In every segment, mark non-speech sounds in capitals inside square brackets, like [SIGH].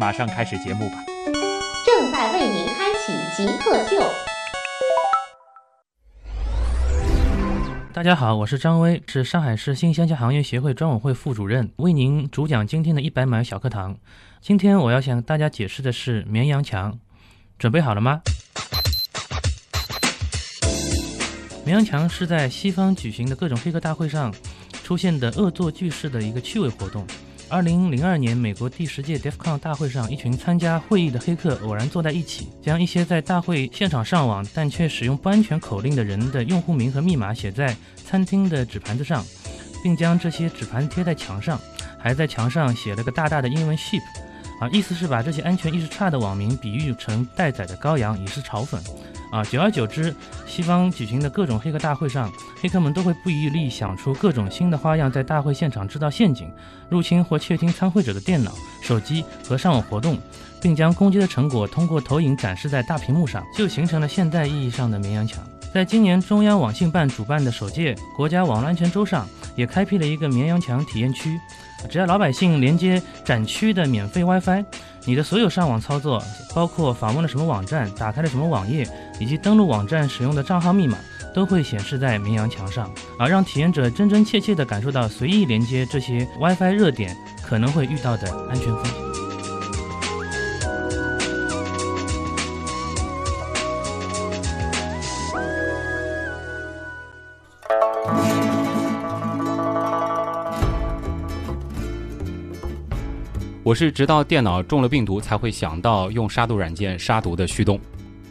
马上开始节目吧。正在为您开启极客秀。大家好，我是张威，是上海市新乡家行业协会专委会副主任，为您主讲今天的一百秒小课堂。今天我要向大家解释的是绵羊墙，准备好了吗？绵羊墙是在西方举行的各种黑客大会上出现的恶作剧式的一个趣味活动。二零零二年美国第十届 DEFCON 大会上，一群参加会议的黑客偶然坐在一起，将一些在大会现场上网但却使用不安全口令的人的用户名和密码写在餐厅的纸盘子上，并将这些纸盘贴在墙上，还在墙上写了个大大的英文 sheep，啊，意思是把这些安全意识差的网民比喻成待宰的羔羊，以示嘲讽。啊，久而久之，西方举行的各种黑客大会上，黑客们都会不遗余力想出各种新的花样，在大会现场制造陷阱，入侵或窃听参会者的电脑、手机和上网活动，并将攻击的成果通过投影展示在大屏幕上，就形成了现代意义上的绵羊墙。在今年中央网信办主办的首届国家网络安全周上，也开辟了一个绵羊墙体验区。只要老百姓连接展区的免费 WiFi，你的所有上网操作，包括访问了什么网站、打开了什么网页，以及登录网站使用的账号密码，都会显示在绵羊墙上，而让体验者真真切切地感受到随意连接这些 WiFi 热点可能会遇到的安全风险。我是直到电脑中了病毒才会想到用杀毒软件杀毒的旭东。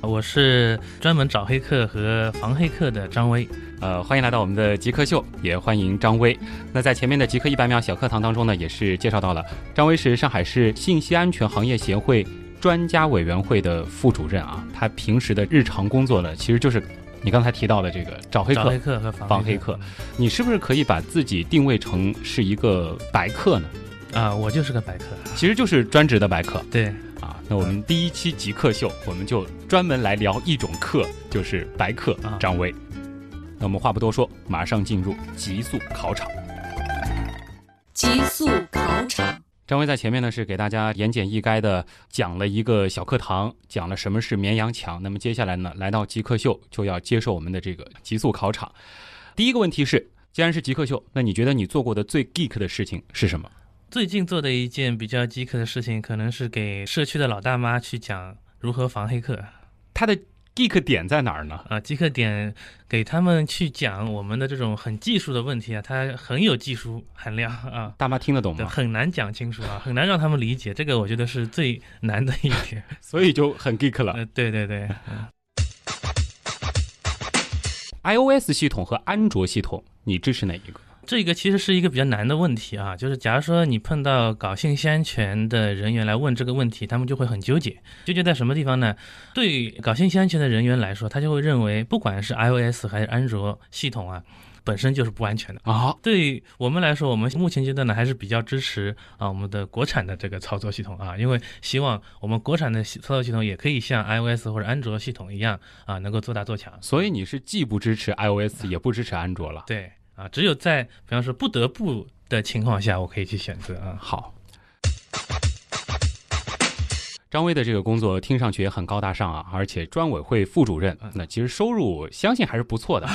我是专门找黑客和防黑客的张威。呃，欢迎来到我们的极客秀，也欢迎张威。那在前面的极客一百秒小课堂当中呢，也是介绍到了张威是上海市信息安全行业协会专家委员会的副主任啊。他平时的日常工作呢，其实就是你刚才提到的这个找黑找客黑。客和防防黑黑客客，你是不是可以把自己定位成是一个白客呢？啊、嗯我就是个白客。其实就是专职的白客对，啊。那我们第一期极客秀，我们就专门来聊一种客，就是白客啊张威。那我们话不多说，马上进入极速考场。极速考场，张威在前面呢是给大家言简意赅的讲了一个小课堂，讲了什么是绵羊墙。那么接下来呢，来到极客秀就要接受我们的这个极速考场。第一个问题是，既然是极客秀，那你觉得你做过的最 geek 的事情是什么？最近做的一件比较饥渴的事情，可能是给社区的老大妈去讲如何防黑客。它的 geek 点在哪儿呢？啊，极客点给他们去讲我们的这种很技术的问题啊，它很有技术含量啊，大妈听得懂对，吗？很难讲清楚啊，很难让他们理解，这个我觉得是最难的一点。所以就很 geek 了。呃，对对对， iOS 系统和安卓系统，你支持哪一个？这个其实是一个比较难的问题啊，就是假如说你碰到搞信息安全的人员来问这个问题，他们就会很纠结，纠结在什么地方呢？对于搞信息安全的人员来说，他就会认为不管是 iOS 还是安卓系统啊，本身就是不安全的。啊，对我们来说，我们目前阶段呢还是比较支持啊我们的国产的这个操作系统啊，因为希望我们国产的系操作系统也可以像 iOS 或者安卓系统一样啊，能够做大做强。所以你是既不支持 iOS 也不支持安卓了。对啊，只有在比方说不得不的情况下，我可以去选择啊。好。张威的这个工作听上去也很高大上啊，而且专委会副主嗯任，那其实收入相信还是不 [LAUGHS] 错的。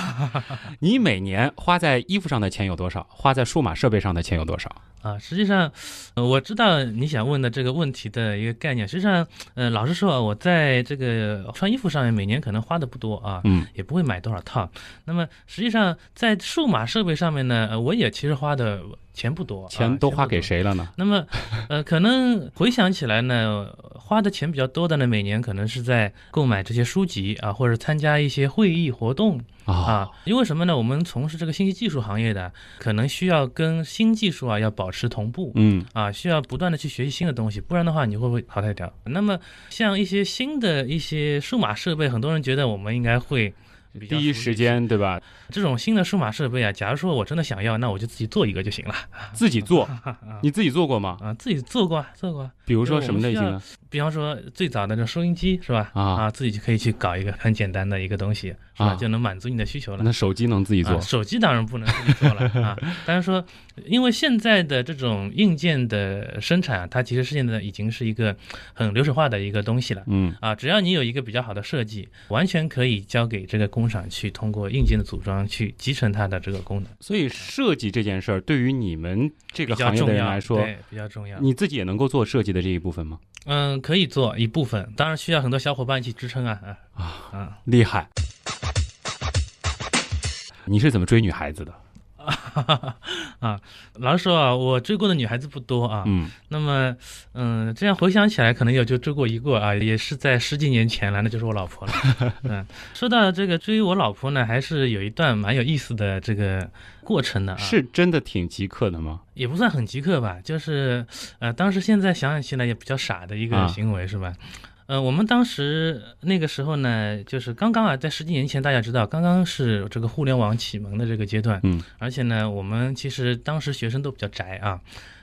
你每年花在衣服上的钱有多少？花在数码设备上的钱有多少？啊，实际上，呃我知道你想问的这个问题的一个概念。实际上，呃，老实说啊，我在这个穿衣服上面每年可能花的不多啊，嗯，也不会买多少套。那么实际上在数码设备上面呢，呃我也其实花的钱不多，啊钱都花不多给谁了呢？那么，呃， [LAUGHS] 可能回想起来呢，花的钱比较多的呢，每年可能是在购买这些书籍啊，或者参加一些会议活动啊啊。因为什么呢？我们从事这个信息技术行业的，可能需要跟新技术啊要保持同步。嗯啊，需要不断的去学习新的东西，不然的话你会被淘汰掉。那么像一些新的一些数码设备，很多人觉得我们应该会比较第一熟时悉间对吧？这种新的数码设备啊，假如说我真的想要，那我就自己做一个就行了。自己 [LAUGHS] 做，啊你自己做过吗？啊，自己做过啊，做过啊。比如说什么类型的？比方说最早的这种收音机是吧？啊自己就可以去搞一个很简单的一个东西，是吧？啊就能满足你的需求了。那手机能自己做啊，？手机当然不能自己 [LAUGHS] 做了啊，但是说，因为现在的这种硬件的生产啊，它其实现在已经是一个很流水化的一个东西了。嗯啊，只要你有一个比较好的设计，完全可以交给这个工厂去通过硬件的组装去集成它的这个功能，所以设计这件事儿对于你们这比个较行业的重人要来说，对，比较重要。你自己也能够做设计的这一部分吗？嗯，可以做一部分，当然需要很多小伙伴一起支撑啊啊啊！厉害！你是怎么追女孩子啊的？老实说啊，我追过的女孩子不多啊。嗯，那么，嗯，这样回想起来，可能也就追过一个啊，也是在十几年前了，那就是我 [LAUGHS] 老婆了。嗯，说到这个追我老婆呢，还是有一段蛮有意思的这个过程的啊。是真的挺极客的吗？也不算很极客吧，就是呃，当时现在想想起来也比较傻的一啊个行为、是吧？呃，我们当时那个时候呢，就是刚刚啊，在十几年前，大家知道，刚刚是这个互联网启蒙的这个阶段，嗯，而且呢，我们其实当时学生都比较宅啊，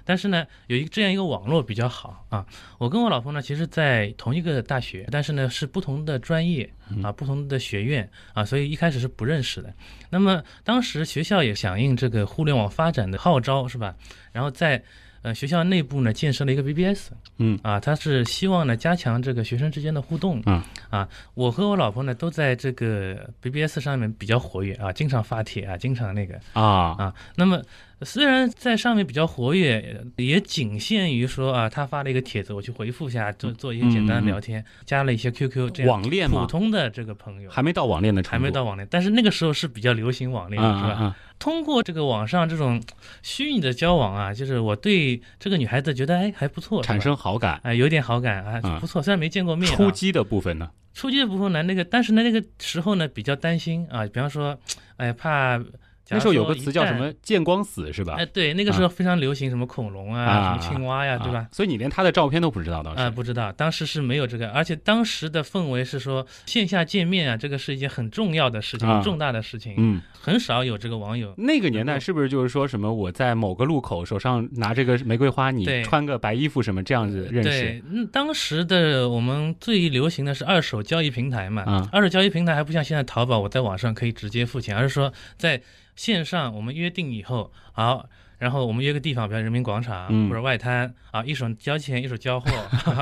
但是呢，有一个这样一个网络比较好啊。我跟我老婆呢，其实，在同一个大学，但是呢，是不同的专业嗯啊，不同的学院啊，所以一开始是不认识的。那么当时学校也响应这个互联网发展的号召，是吧？然后在呃学校内部呢建设了一个 BBS，嗯啊，它是希望呢加强这个学生之间的互动，嗯啊，我和我老婆呢都在这个 BBS 上面比较活跃啊，经常发帖啊，经常那个啊，啊，那么。虽然在上面比较活跃，呃也仅限于说啊，他发了一个帖子，我去回复一下，做做一些简单的聊天，加了一些 QQ 这样嗯网恋普吗？通的这个朋友，还没到网恋的程度，还没到网恋，但是那个时候是比较流行网恋，啊是吧？啊啊！通过这个网上这种呃虚拟的交往啊，就是我对这个女孩子觉得哎还不错，是吧产生好感，哎有点好感啊嗯，不错，虽然没见过面、啊。出击的部分呢？初级的部分呢，那个但是呢那个时候呢比较担心啊，比方说，哎怕假那如时候有个一词叫什旦么“见光死”是吧哎，？对，那个时候非常流行什么恐龙啊、啊什么青蛙呀、对吧啊？？所以你连他的照片都不知道，当啊、时不知道，当时是没有这个，而且当时的氛围是说线下见面啊，这个是一件很重要的事情，啊很重大的事情，嗯，很少有这个网友那个年代是不是就是说什么我在某个路口手上拿这个玫瑰花，你对穿个白衣服什么这样子认识？对，嗯，当时的我们最流行的是二手交易平台嘛，嗯二手交易平台还不像现在淘宝，我在网上可以直接付钱，而是说在线上我们约定以后，好。然后我们约个地方，比如人民广场、嗯或者外滩啊，一手交钱，一手交货，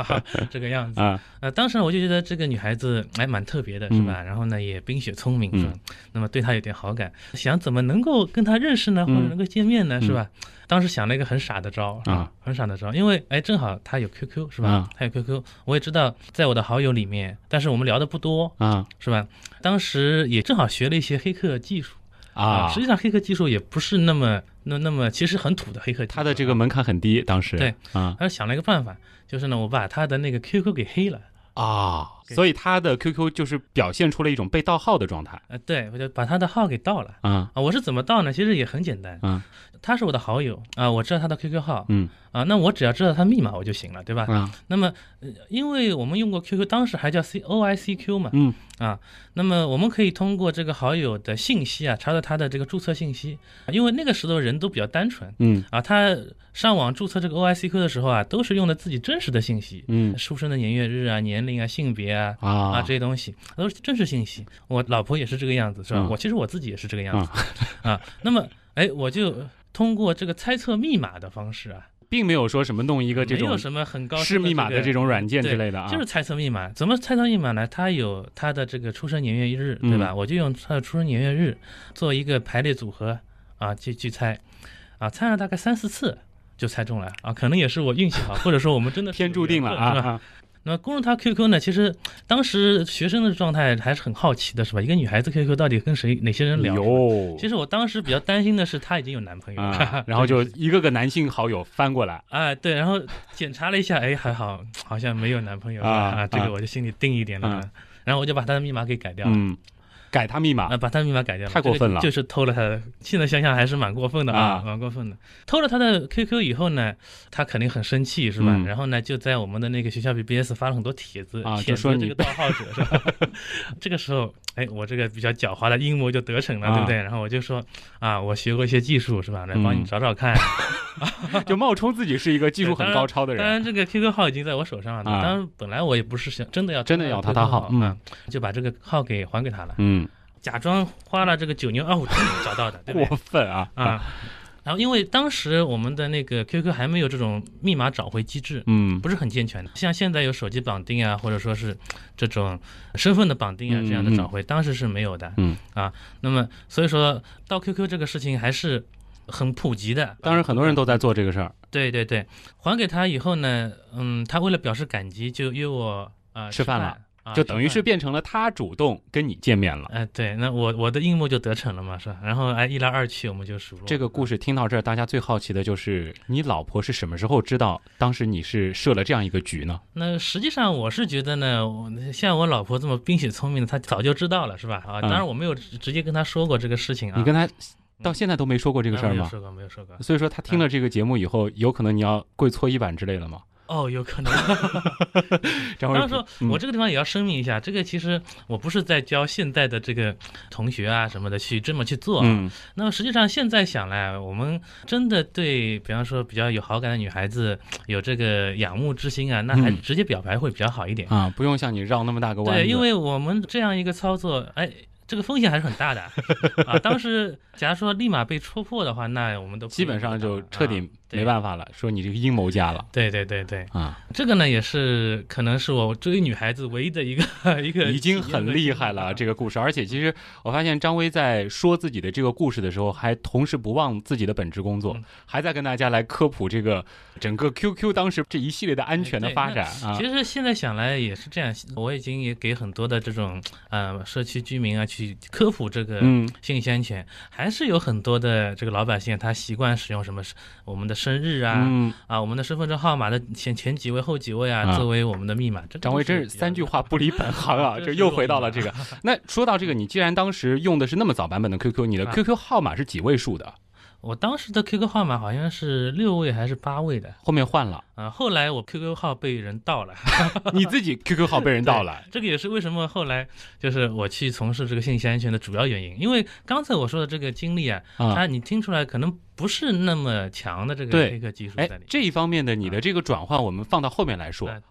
[LAUGHS] 这个样子。啊，呃，当时我就觉得这个女孩子哎蛮特别的，是嗯吧？然后呢也冰雪聪明，是吧？那么对她有点好感，想怎么能够跟她认识呢，或者嗯能够见面呢，是嗯吧？当时想了一个很傻的招是吧啊很傻的招，因为哎正好她有 QQ 是吧啊？她有 QQ，我也知道在我的好友里面，但是我们聊的不多啊是吧？当时也正好学了一些黑客技术啊实！际上黑客技术也不是那么那那么其实很土的黑客技术啊，他的这个门槛很低，当时对啊他想了一个办法，就是呢我把他的那个 QQ 给黑了。啊，对所以他的 QQ 就是表现出了一种被盗号的状态呃，对，我就把他的号给盗了。啊啊，我是怎么到呢？其实也很简单，啊他是我的好友啊，我知道他的 QQ 号，嗯啊，那我只要知道他密码我就行了，对吧？啊那么，呃因为我们用过 QQ，当时还叫 C O I C Q 嘛，嗯啊，那么我们可以通过这个好友的信息啊，查到他的这个注册信息，啊因为那个时候人都比较单纯嗯啊，他上网注册这个 O I C Q 的时候啊，都是用的自己真实的信息，嗯出生的年月日啊、年龄啊、性别啊，啊，啊这些东西都是真实信息。我老婆也是这个样子，是吧？嗯我其实我自己也是这个样子、啊。那么，哎，我就通过这个猜测密码的方式啊，并没有说什么弄一个这没有种什么很高试深密码的的这种。种软件之类的啊，就是猜测密码，怎么猜测密码呢？它有它的这个出生年月日，对嗯吧？我就用它的出生年月日做一个排列组合啊，去去猜，啊，猜了大概三四次就猜中了啊，可能也是我运气好，或者说我们真的是天有注定缘了分啊是吧啊那公众他 QQ 呢？其实当时学生的状态还是很好奇的，是吧？一个女孩子 QQ 到底跟谁、哪些人聊？有其实我当时比较担心的是，她已经有男朋友了， [LAUGHS] 啊，然后就一个个男性好友翻过来，啊，对，然后检查了一下，哎，还好，好像没有男朋友啊啊，这啊个我就心里定一点了。啊然后我就把她的密码给改掉了，嗯，改他密啊，码，把她的密码改掉了，太过分了这个就是偷了她的。现在想想还是蛮过分的啊蛮过分的。偷了她的 QQ 以后呢，她肯定很生气，是吧？嗯然后呢，就在我们的那个学校 BBS 发了很多帖子，啊谴就说责你这个盗号者，[LAUGHS] 是吧？这个时候，哎，我这个比较狡猾的阴谋就得逞了，对啊不对？然后我就说，啊，我学过一些技术，是吧？来帮你嗯找找 [LAUGHS] 看。就冒充自己是一个技术很高超的当人，然，这个 QQ 号已经在我手上了。啊当然，本来我也不是想真的要真的要他他他号嗯啊，就把这个号给还给他了，嗯，假装花了这个九牛二虎之力找到的，对不过对？分啊，啊，然后因为当时我们的那个 QQ 还没有这种密码找回机制。嗯不是很健全的，像现在有手机绑定啊，或者说是这种身份的绑定啊，嗯这样的找回，当时是没有的。嗯啊，那么所以说到 QQ 这个事情还是很普及的，当然很多人都在做这个事儿，对对对，还给他以后呢，嗯，他为了表示感激，就约我啊吃饭了，啊就等于吃是饭变成了他主动跟你见面了。哎、对，那我我的阴谋就得逞了嘛，是吧？然后哎一来二去我们就熟络。这个故事听到这儿，大家最好奇的就是你老婆是什么时候知道当时你是设了这样一个局呢？那实际上我是觉得呢，我像我老婆这么冰雪聪明的，她早就知道了，是吧？啊，当然我没有直直接跟她说过这个事情嗯啊，你跟她到现在都没说过这这个事儿没有吗？说过，没有说过。所以说她听了这个节目以后，有可能你要跪搓衣板之类的 [LAUGHS] 吗？哦，有可能。张当辉然不，嗯说，我这个地方也要声明一下，这个其实我不是在教现在的这个同学啊什么的去这么去做啊， [LAUGHS] 嗯那么实际上现在想来，我们真的对，比方说比较有好感的女孩子有这个仰慕之心啊，那还嗯直接表白会比较好一点。啊，不用像你绕那么大个弯子。对，因为我们这样一个操作，哎，这个风险还是很大的啊。当时假如说立马被戳破的话，那我们都不基本上就彻底对没办法了，说你这个阴谋家了啊对对对对，啊，这个呢也是可能是我追女孩子唯一的一个一个已经很厉害了这个个故事。而且其实我发现张威在说自己的这个故事的时候，还同时不忘自己的本职工作嗯，还在跟大家来科普这个整个 QQ 当时这一系列的安全的发展啊哎其。实现在想来也是这样，我已经也给很多的这种呃社区居民啊去科普这个嗯信息安全，还是有很多的这个老百姓他习惯使用什么是我们的生日啊、嗯，啊我们的身份证号码的前前几位后几位啊、啊作为我们的密码。这个张威都真是是比较三句话不离本行啊， [LAUGHS] 这这是又弱回到硬了啊这个。那说到这个，你既然当时用的是那么早版本的 QQ，你的啊 QQ 号码是几位数的？我当时的 QQ 号码好像是六位还是八位的后面换了，啊、后来我 QQ 号被人盗了。 [LAUGHS] 你自己 QQ 号被人盗了，这个也是为什么后来就是我去从事这个信息安全的主要原因，因为刚才我说的这个经历啊，啊它你听出来可能不是那么强的这个对黑客技术在哎里面。，嗯这一方面的你的这个转换，我们放到后面来说哎。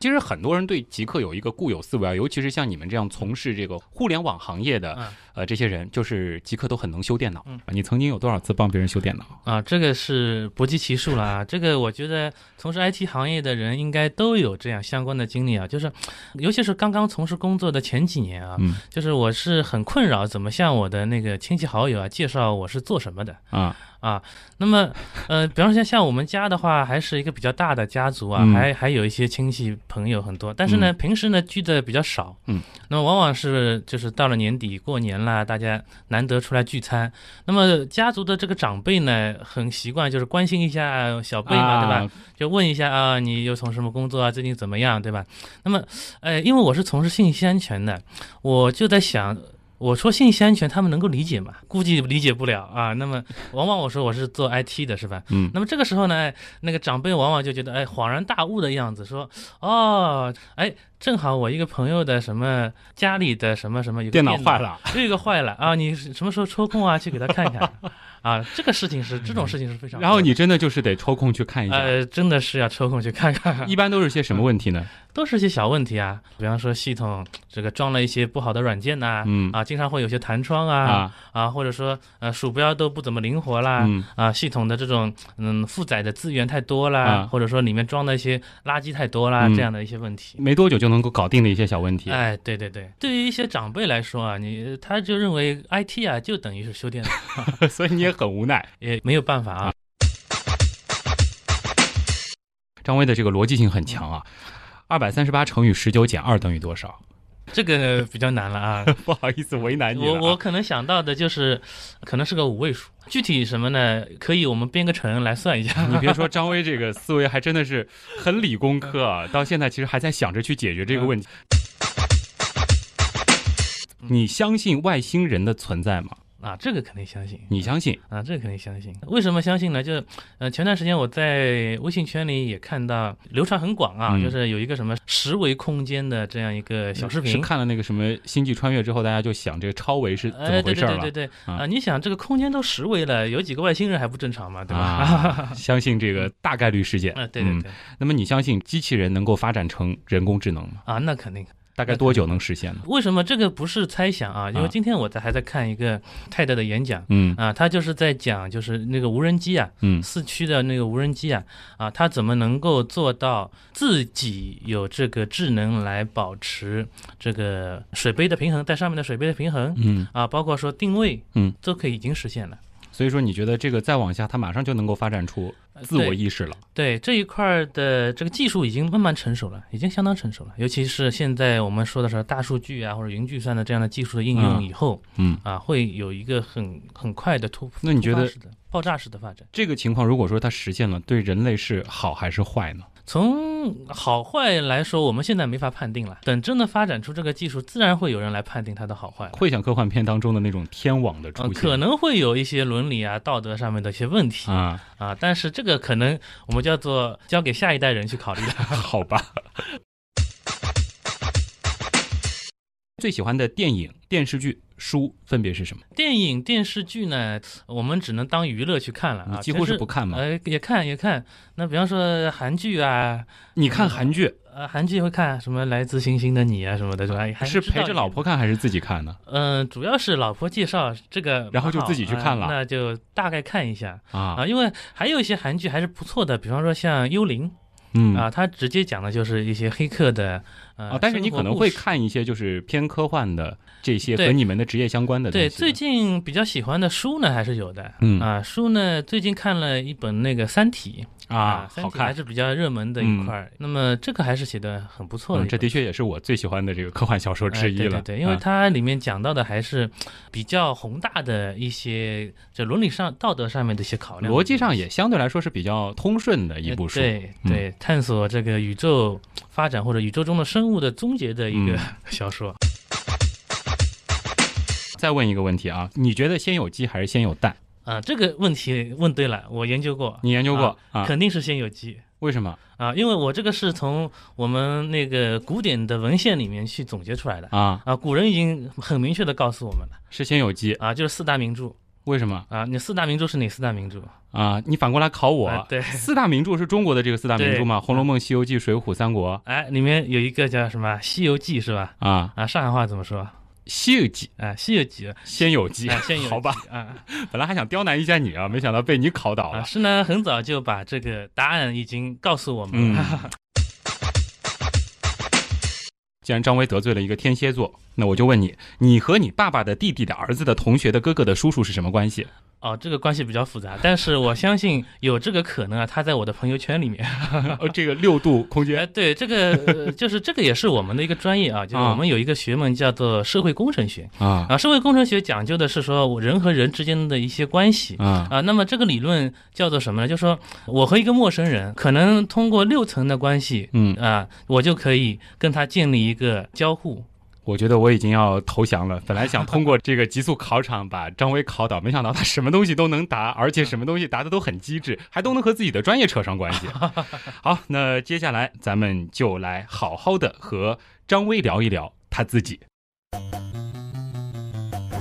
其实很多人对极客有一个固有思维啊，尤其是像你们这样从事这个互联网行业的、嗯呃这些人，就是极客都很能修电脑。嗯你曾经有多少次帮别人修电脑？啊，这个是不计其数了啊！这个我觉得从事 IT 行业的人应该都有这样相关的经历啊，就是尤其是刚刚从事工作的前几年啊，嗯就是我是很困扰怎么向我的那个亲戚好友啊介绍我是做什么的。啊，啊，那么，呃，比方说像我们家的话，还是一个比较大的家族啊，嗯还还有一些亲戚朋友很多，但是呢，平时呢聚的比较少，嗯，那么往往是就是到了年底过年啦，大家难得出来聚餐，那么家族的这个长辈呢，很习惯就是关心一下小辈嘛，对吧？吧？就问一下啊，你又从什么工作啊？最近怎么样，对吧？那么，呃，因为我是从事信息安全的，我就在想，我说信息安全，他们能够理解吗？估计理解不了啊。那么，往往我说我是做 IT 的，是吧？嗯那么这个时候呢，哎那个长辈往往就觉得哎恍然大悟的样子，说哦，哎，正好我一个朋友的什么家里的什么什么有个电电脑坏，了，又一个坏了啊，你什么时候抽空啊去给他看看啊？这个事情是这种事情是非常多的。嗯然后你真的就是得抽空去看一下。呃，真的是要抽空去看看，一般都是些什么问题呢？都是一些小问题啊，比方说系统这个装了一些不好的软件呐、啊，嗯经常会有些弹窗啊，啊，啊或者说呃鼠标都不怎么灵活啦，嗯啊系统的这种嗯负载的资源太多啦，啊或者说里面装的一些垃圾太多啦，嗯这样的一些问题。没多久就能够搞定的一些小问题。哎，对对对，对于一些长辈来说啊，你他就认为 IT 啊就等于是 [LAUGHS] 修电脑，嗯所以你也很无奈。也没有办法啊。张威的这个逻辑性很强啊。二百三十八乘以十九减二等于多少？ [LAUGHS] 这个比较难了啊。不好意思，为难你了、我啊。我可能想到的就是，可能是个五位数，具体什么呢？可以我们编个程来算一下。你别说张威这个思维还真的是很理工科啊，到现在其实还在想着去解决这个问题。嗯你相信外星人的存在吗？啊，这个肯定相信。你相信？啊，这个肯定相信。为什么相信呢？就是，呃，前段时间我在微信圈里也看到流传很广啊，嗯就是有一个什么十维空间的这样一个小视是频。看了那个什么《星际穿越》之后，大家就想这个超维是怎哎，么对回对事儿对了对？对啊啊、你想这个空间都十维了，有几个外星人还不正常吗？对吧？啊，啊，相信这个大概率事件。对对嗯对、那么你相信机器人能够发展成人工智能吗？啊，那肯定。大概多久能实现呢？为什么这个不是猜想啊？因啊为今天我在还在看一个泰德的演讲嗯啊，他就是在讲就是那个无人机啊，嗯四驱的那个无人机啊，啊，它怎么能够做到自己有这个智能来保持这个水杯的平衡，在上面的水杯的平衡嗯，啊，包括说定位，嗯，都可以已经实现了。所以说你觉得这个再往下，它马上就能够发展出自我对意识了？呃对这一块儿的这个技术已经慢慢成熟了，已经相当成熟了。尤其是现在我们说的是大数据啊或者云计算的这样的技术的应用嗯以后，嗯，啊，会有一个很很快的突，那你觉突发得式的爆炸式的发展？这个情况如果说它实现了，对人类是好还是坏呢？从好坏来说，我们现在没法判定了。等真的发展出这个技术，自然会有人来判定它的好坏了。会像科幻片当中的那种天网的呃出现，可能会有一些伦理啊、道德上面的一些问题啊， [LAUGHS] 啊，但是这个可能我们叫做交给下一代人去考虑 [LAUGHS] 了。好吧。最喜欢的电影、电视剧、书分别是什么？电影、电视剧呢，我们只能当娱乐去看了你啊，几乎就是不看吗呃，也看也看。那比方说韩剧啊，你看韩剧呃，韩剧会看什么《来自星星的你》啊什么的，是吧？还是知道陪着一老点婆看还是自己看呢？嗯、主要是老婆介绍这个蛮好，然后就自己去看了啊那就大概看一下啊啊，，因为还有一些韩剧还是不错的，比方说像《幽灵》嗯啊，它直接讲的就是一些黑客的呃、啊，但是你可能会看一些就是偏科幻的这些和你们的职业相关的生活故事。东对，西。最近比较喜欢的书呢还是有的，嗯啊，书呢最近看了一本那个《三体》啊，三好体》还看。是比较热门的一块儿。那么这个还是写的很不错的嗯，一本书、这的确也是我最喜欢的这个科幻小说哎之一了。对对对，因为啊它里面讲到的还是比较宏大的一些，这伦理上、道德上面的一些考量，逻辑上也相对来说是比较通顺的一部书。嗯嗯呃对对，探索这个宇宙发展或者宇宙中的生物的终结的一个嗯 [LAUGHS] 小说。再问一个问题啊，你觉得先有鸡还是先有蛋？啊，这个问题问对了，我研究过，你研究过啊？肯定是先有鸡为什么啊，因为我这个是从我们那个古典的文献里面去总结出来的啊？啊，古人已经很明确的告诉我们了是先有鸡？啊，就是四大名著为什么啊，你四大名著是哪四大名著？啊？你反过来考我、啊对嗯四大名著是中国的这个四大名著吗？《红楼梦》《西游记》《水浒》《三国哎，里面有一个叫什么《西游记》是吧？》啊，啊，上海话怎么说？啊， 《西游记》 《西游记》先有鸡，啊，先有好吧？记啊本来还想刁难一下你啊，没想到被你考倒了。啊，是呢，很早就把这个答案已经告诉我们嗯了。。 [LAUGHS] 既然张威得罪了一个天蝎座，那我就问你：你和你爸爸的弟弟的儿子的同学的哥哥的叔叔是什么关 [LAUGHS] 系？哦，这个关系比较复杂，但是我相信有这个可能啊，他在我的朋友圈 [LAUGHS] 里面。呃，这个六度空哎，间对，这个、呃就是这个也是我们的一个专业啊，就是我们有一个学门叫做社会工程学 [LAUGHS] 啊啊，社会工程学讲究的是说我人和人之间的一些关系。啊啊，那么这个理论叫做什么呢？就是说我和一个陌生人，可能通过六层的关系，嗯，啊，我就可以跟他建立一个交互。我觉得我已经要投降了。本来想通过这个极速考场把张威考倒，没想到他什么东西都能答，而且什么东西答的都很机智，还都能和自己的专业扯上 [LAUGHS] 关系。好，那接下来咱们就来好好的和张威聊一聊他自己。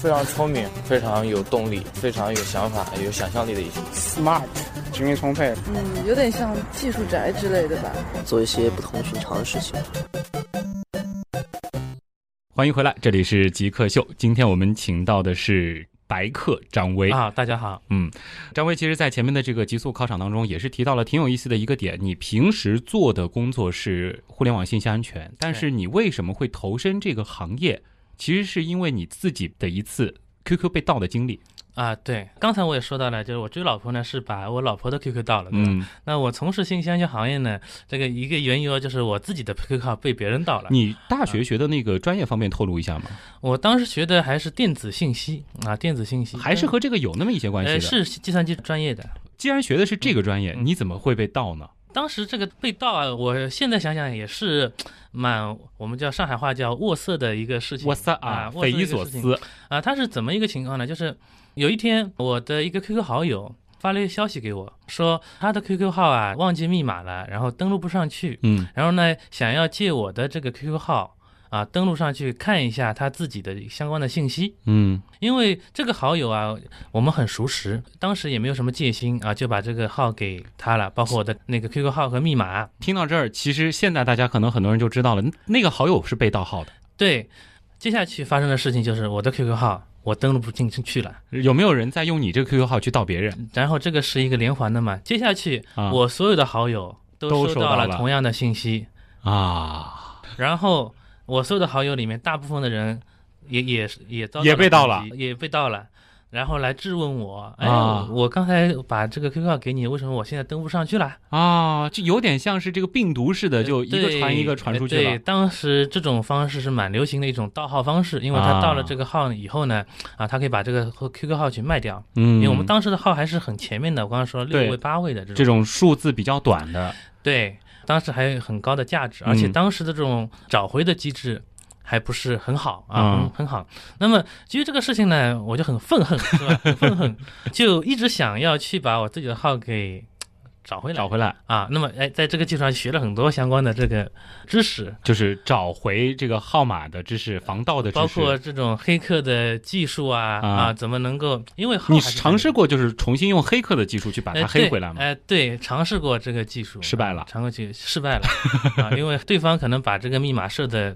非常聪明，非常有动力，非常有想法、有想象力的一群。 Smart，精力充沛。嗯，有点像技术宅之类的吧。做一些不同寻常的事情。欢迎回来，这里是极客秀。今天我们请到的是白客张威啊，大家好，嗯，张威其实，在前面的这个极速考场当中，也是提到了挺有意思的一个点。你平时做的工作是互联网信息安全，但是你为什么会投身这个行业？其实是因为你自己的一次 QQ 被盗的经历。啊，对，刚才我也说到了，就是我追老婆呢，是把我老婆的 QQ 盗了，对吧？嗯，那我从事信息安全行业呢，这个一个缘由就是我自己的 QQ 号被别人盗了。你大学学的那个专业方面透露一下吗？我当时学的还是电子信息啊，电子信息还是和这个有那么一些关系呃的？，是计算机专业的。既然学的是这个专业，嗯你怎么会被盗呢？当时这个被盗啊，我现在想想也是蛮我们叫上海话叫“卧色”的一个事情。哇塞啊，啊，匪夷所思。思！啊，他是怎么一个情况呢？就是有一天，我的一个 QQ 好友发了一个消息给我，说他的 QQ 号啊忘记密码了，然后登录不上去，嗯，然后呢想要借我的这个 QQ 号啊登录上去看一下他自己的相关的信息。嗯，因为这个好友啊，我们很熟识，当时也没有什么戒心啊，就把这个号给他了，包括我的那个 QQ 号和密码。听到这儿，其实现在大家可能很多人就知道了，那个好友是被盗号的。对，接下去发生的事情就是我的 QQ 号我登录不进去了。有没有人在用你这个 QQ 号去盗别人？然后这个是一个连环的嘛，接下去啊我所有的好友都都收收到到了了同样的信息，啊，然后我所有的好友里面大部分的人也也是也遭也被盗攻击，也被盗了。然后来质问我，哎，啊我我刚才把这个 QQ 号给你，为什么我现在登不上去了？啊，这有点像是这个病毒似的，就一个对传一个传出去对，了。当时这种方式是蛮流行的一种盗号方式，因为他啊盗了这个号以后呢，啊，他可以把这个 QQ 号去卖掉，嗯因为我们当时的号还是很前面的，我刚刚说六对位、八位的这种这。种数字比较短的，对，当时还有很高的价值，而且嗯当时的这种找回的机制还不是很好啊，嗯很很好。那么基于这个事情呢，我就很愤恨，是 [LAUGHS] 吧？很愤恨，就一直想要去把我自己的号给找回来找回来啊。那么哎，在这个基础上学了很多相关的这个知识。就是找回这个号码的知识，防盗的知包识。括这种黑客的技术啊啊怎么能够？因为号你还是尝试过就是重新用黑客的技术去把它哎黑对回来吗？哎、对，尝试过这个技术，失败了尝过去失败了啊，因为对方可能把这个密码设的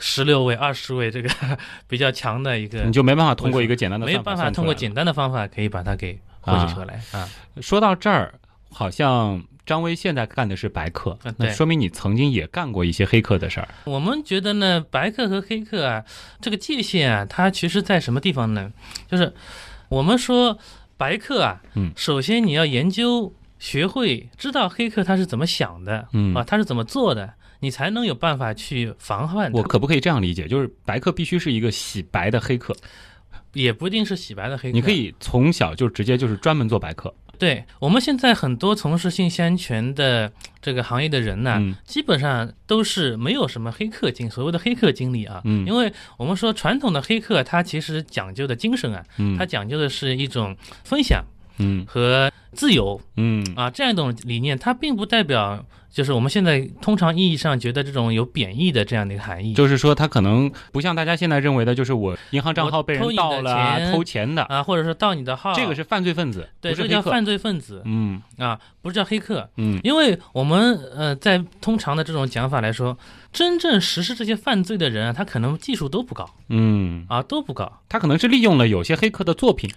十六位、二十位这个 [LAUGHS] 比较强的一个你，就没办法通过一个简单的没有办法算出通过来简单的方法可以把它给获取出来啊。说到这儿，好像张威现在干的是白客嗯，那对说明你曾经也干过一些黑客的事儿。我们觉得呢，白客和黑客啊，这个界限啊，它其实在什么地方呢？就是我们说白客啊，嗯首先你要研究、学会知道黑客他是怎么想的，嗯啊，他是怎么做的，你才能有办法去防范他。我可不可以这样理解？就是白客必须是一个洗白的黑客，也不一定是洗白的黑客，啊你可以从小就直接就是专门做白客。对我们现在很多从事信息安全的这个行业的人呢、嗯基本上都是没有什么黑客经，所谓的黑客经历啊，嗯因为我们说传统的黑客，他其实讲究的精神啊，嗯他讲究的是一种分享嗯和自由嗯啊这样一种理念，它并不代表就是我们现在通常意义上觉得这种有贬义的这样的一个含义，就是说他可能不像大家现在认为的，就是我银行账号被人盗了啊我偷你的钱偷钱的，啊，或者说盗你的号，这个是犯罪分子，对，不这是个黑叫客。犯罪分子嗯啊，不是叫黑客。嗯因为我们呃，在通常的这种讲法来说，真正实施这些犯罪的人啊，他可能技术都不高嗯，啊，都不高。他可能是利用了有些黑客的作品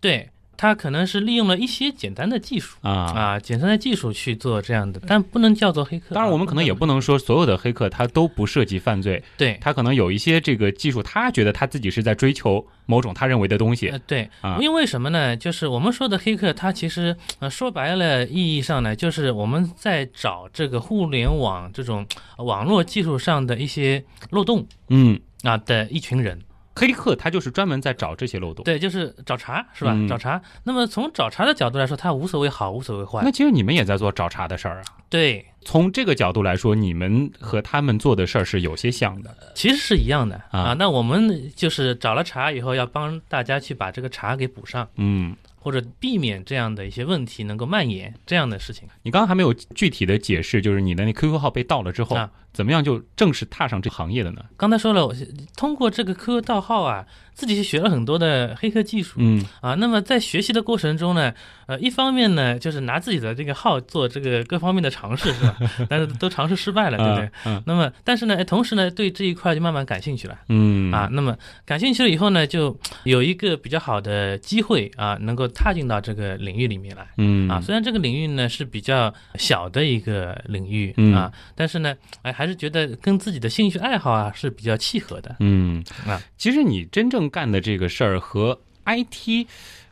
对他可能是利用了一些简单的技术啊。啊，简单的技术去做这样的，但不能叫做黑客啊。当然，我们可能也不能说所有的黑客他都不涉及犯罪，对。他可能有一些这个技术，他觉得他自己是在追求某种他认为的东西呃，。对啊，因为什么呢？就是我们说的黑客，他其实呃说白了意义上呢，就是我们在找这个互联网这种呃网络技术上的一些漏洞嗯，啊的一群人。黑客他就是专门在找这些漏洞。对，就是找茬是吧？嗯找茬。那么从找茬的角度来说，它无所谓好，无所谓坏那。其实你们也在做找茬的事儿啊。对，从这个角度来说，你们和他们做的事儿是有些像的。其实是一样的啊啊。那我们就是找了茬以后，要帮大家去把这个茬给补上，嗯，或者避免这样的一些问题能够蔓延这样的事情。你刚刚还没有具体的解释，就是你的那 QQ 号被盗了之后啊，怎么样就正式踏上这个行业的呢？刚才说了，我通过这个 QQ 盗号啊，自己学了很多的黑客技术，嗯啊，那么在学习的过程中呢，呃，一方面呢，就是拿自己的这个号做这个各方面的尝试，是吧？ [LAUGHS] 但是都尝试失败了，对不对？嗯那么，但是呢，哎同时呢，对这一块就慢慢感兴趣了。嗯啊，，那么感兴趣了以后呢，就有一个比较好的机会啊，能够踏进到这个领域里面来。嗯啊，虽然这个领域呢是比较小的一个领域、嗯啊，但是呢，哎，还是觉得跟自己的兴趣爱好啊是比较契合的。嗯啊，其实你真正干的这个事儿和 IT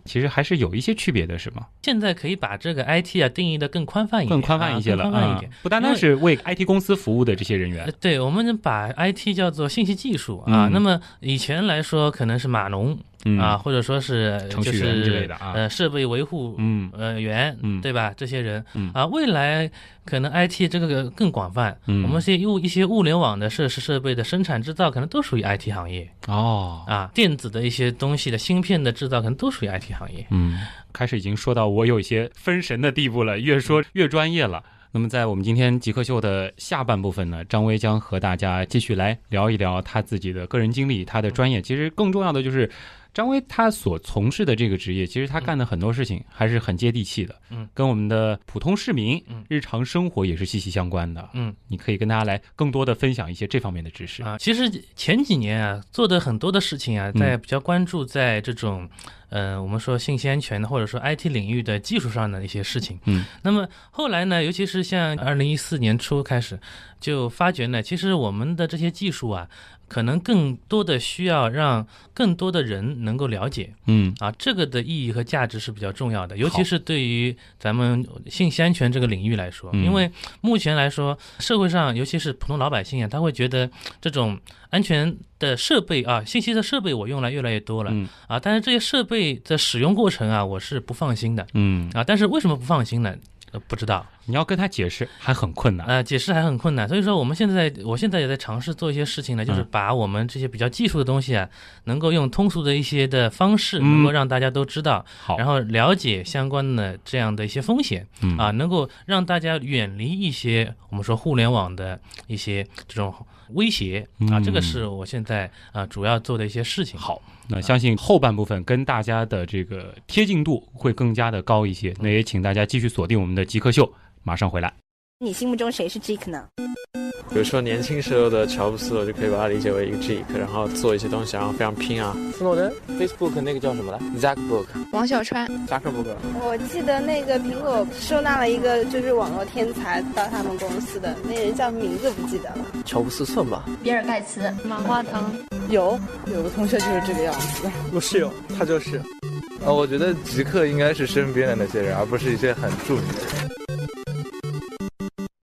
其实还是有一些区别的，是吗？现在可以把这个 IT 啊定义的更宽泛一点，更宽泛一些了，啊、更宽泛一点啊，不单单因为是为 IT 公司服务的这些人员呃，对，我们把 IT 叫做信息技术啊。嗯那么以前来说，可能是码农嗯啊，，或者说是程就序员是之类的啊呃，设备维护嗯呃员，嗯对吧？这些人嗯啊，未来可能 IT 这个更广泛，嗯我们是物一些物联网的设施设备的生产制造，可能都属于 IT 行业哦，啊。电子的一些东西的芯片的制造，可能都属于 IT 行业。嗯，开始已经说到我有一些分神的地步了，越说越专业了。那么，在我们今天极客秀的下半部分呢，张威将和大家继续来聊一聊他自己的个人经历、他的专业。其实更重要的就是，张威他所从事的这个职业，其实他干的很多事情还是很接地气的，嗯，跟我们的普通市民嗯日常生活也是息息相关的。嗯你可以跟大家来更多的分享一些这方面的知识。啊，其实前几年啊，做的很多的事情啊，在嗯比较关注在这种，呃，我们说信息安全的或者说 IT 领域的技术上的一些事情。嗯，那么后来呢，尤其是像二零一四年初开始，就发觉呢，其实我们的这些技术啊，可能更多的需要让更多的人能够了解嗯啊，这个的意义和价值是比较重要的，尤好其是对于咱们信息安全这个领域来说，嗯因为目前来说，社会上尤其是普通老百姓啊，他会觉得这种安全的设备啊，信息的设备我用来越来越多了、嗯啊，但是这些设备的使用过程啊，我是不放心的嗯，啊，但是为什么不放心呢？呃，不知道，你要跟他解释还很困难。呃，解释还很困难，所以说我们现在，我现在也在尝试做一些事情呢，就是嗯把我们这些比较技术的东西啊，能够用通俗的一些的方式，嗯能够让大家都知道，好，然后了解相关的这样的一些风险嗯啊，能够让大家远离一些我们说互联网的一些这种威胁啊，嗯这个是我现在啊主要做的一些事情。好，那相信后半部分跟大家的这个贴近度会更加的高一些。那也请大家继续锁定我们的极客秀，马上回来。你心目中谁是 Jake 呢？比如说年轻时候的乔布斯，我就可以把它理解为一个 geek，然后做一些东西，然后非常拼啊。斯诺登，Facebook 那个叫什么来？Zackbook，王小川，扎克伯格。我记得那个苹果收纳了一个就是网络天才到他们公司的那人叫名字不记得了。乔布斯算吧，比尔盖茨，马化腾，有有个同学就是这个样子，我室友他就是。啊呃，我觉得极客应该是身边的那些人，而不是一些很著名的人。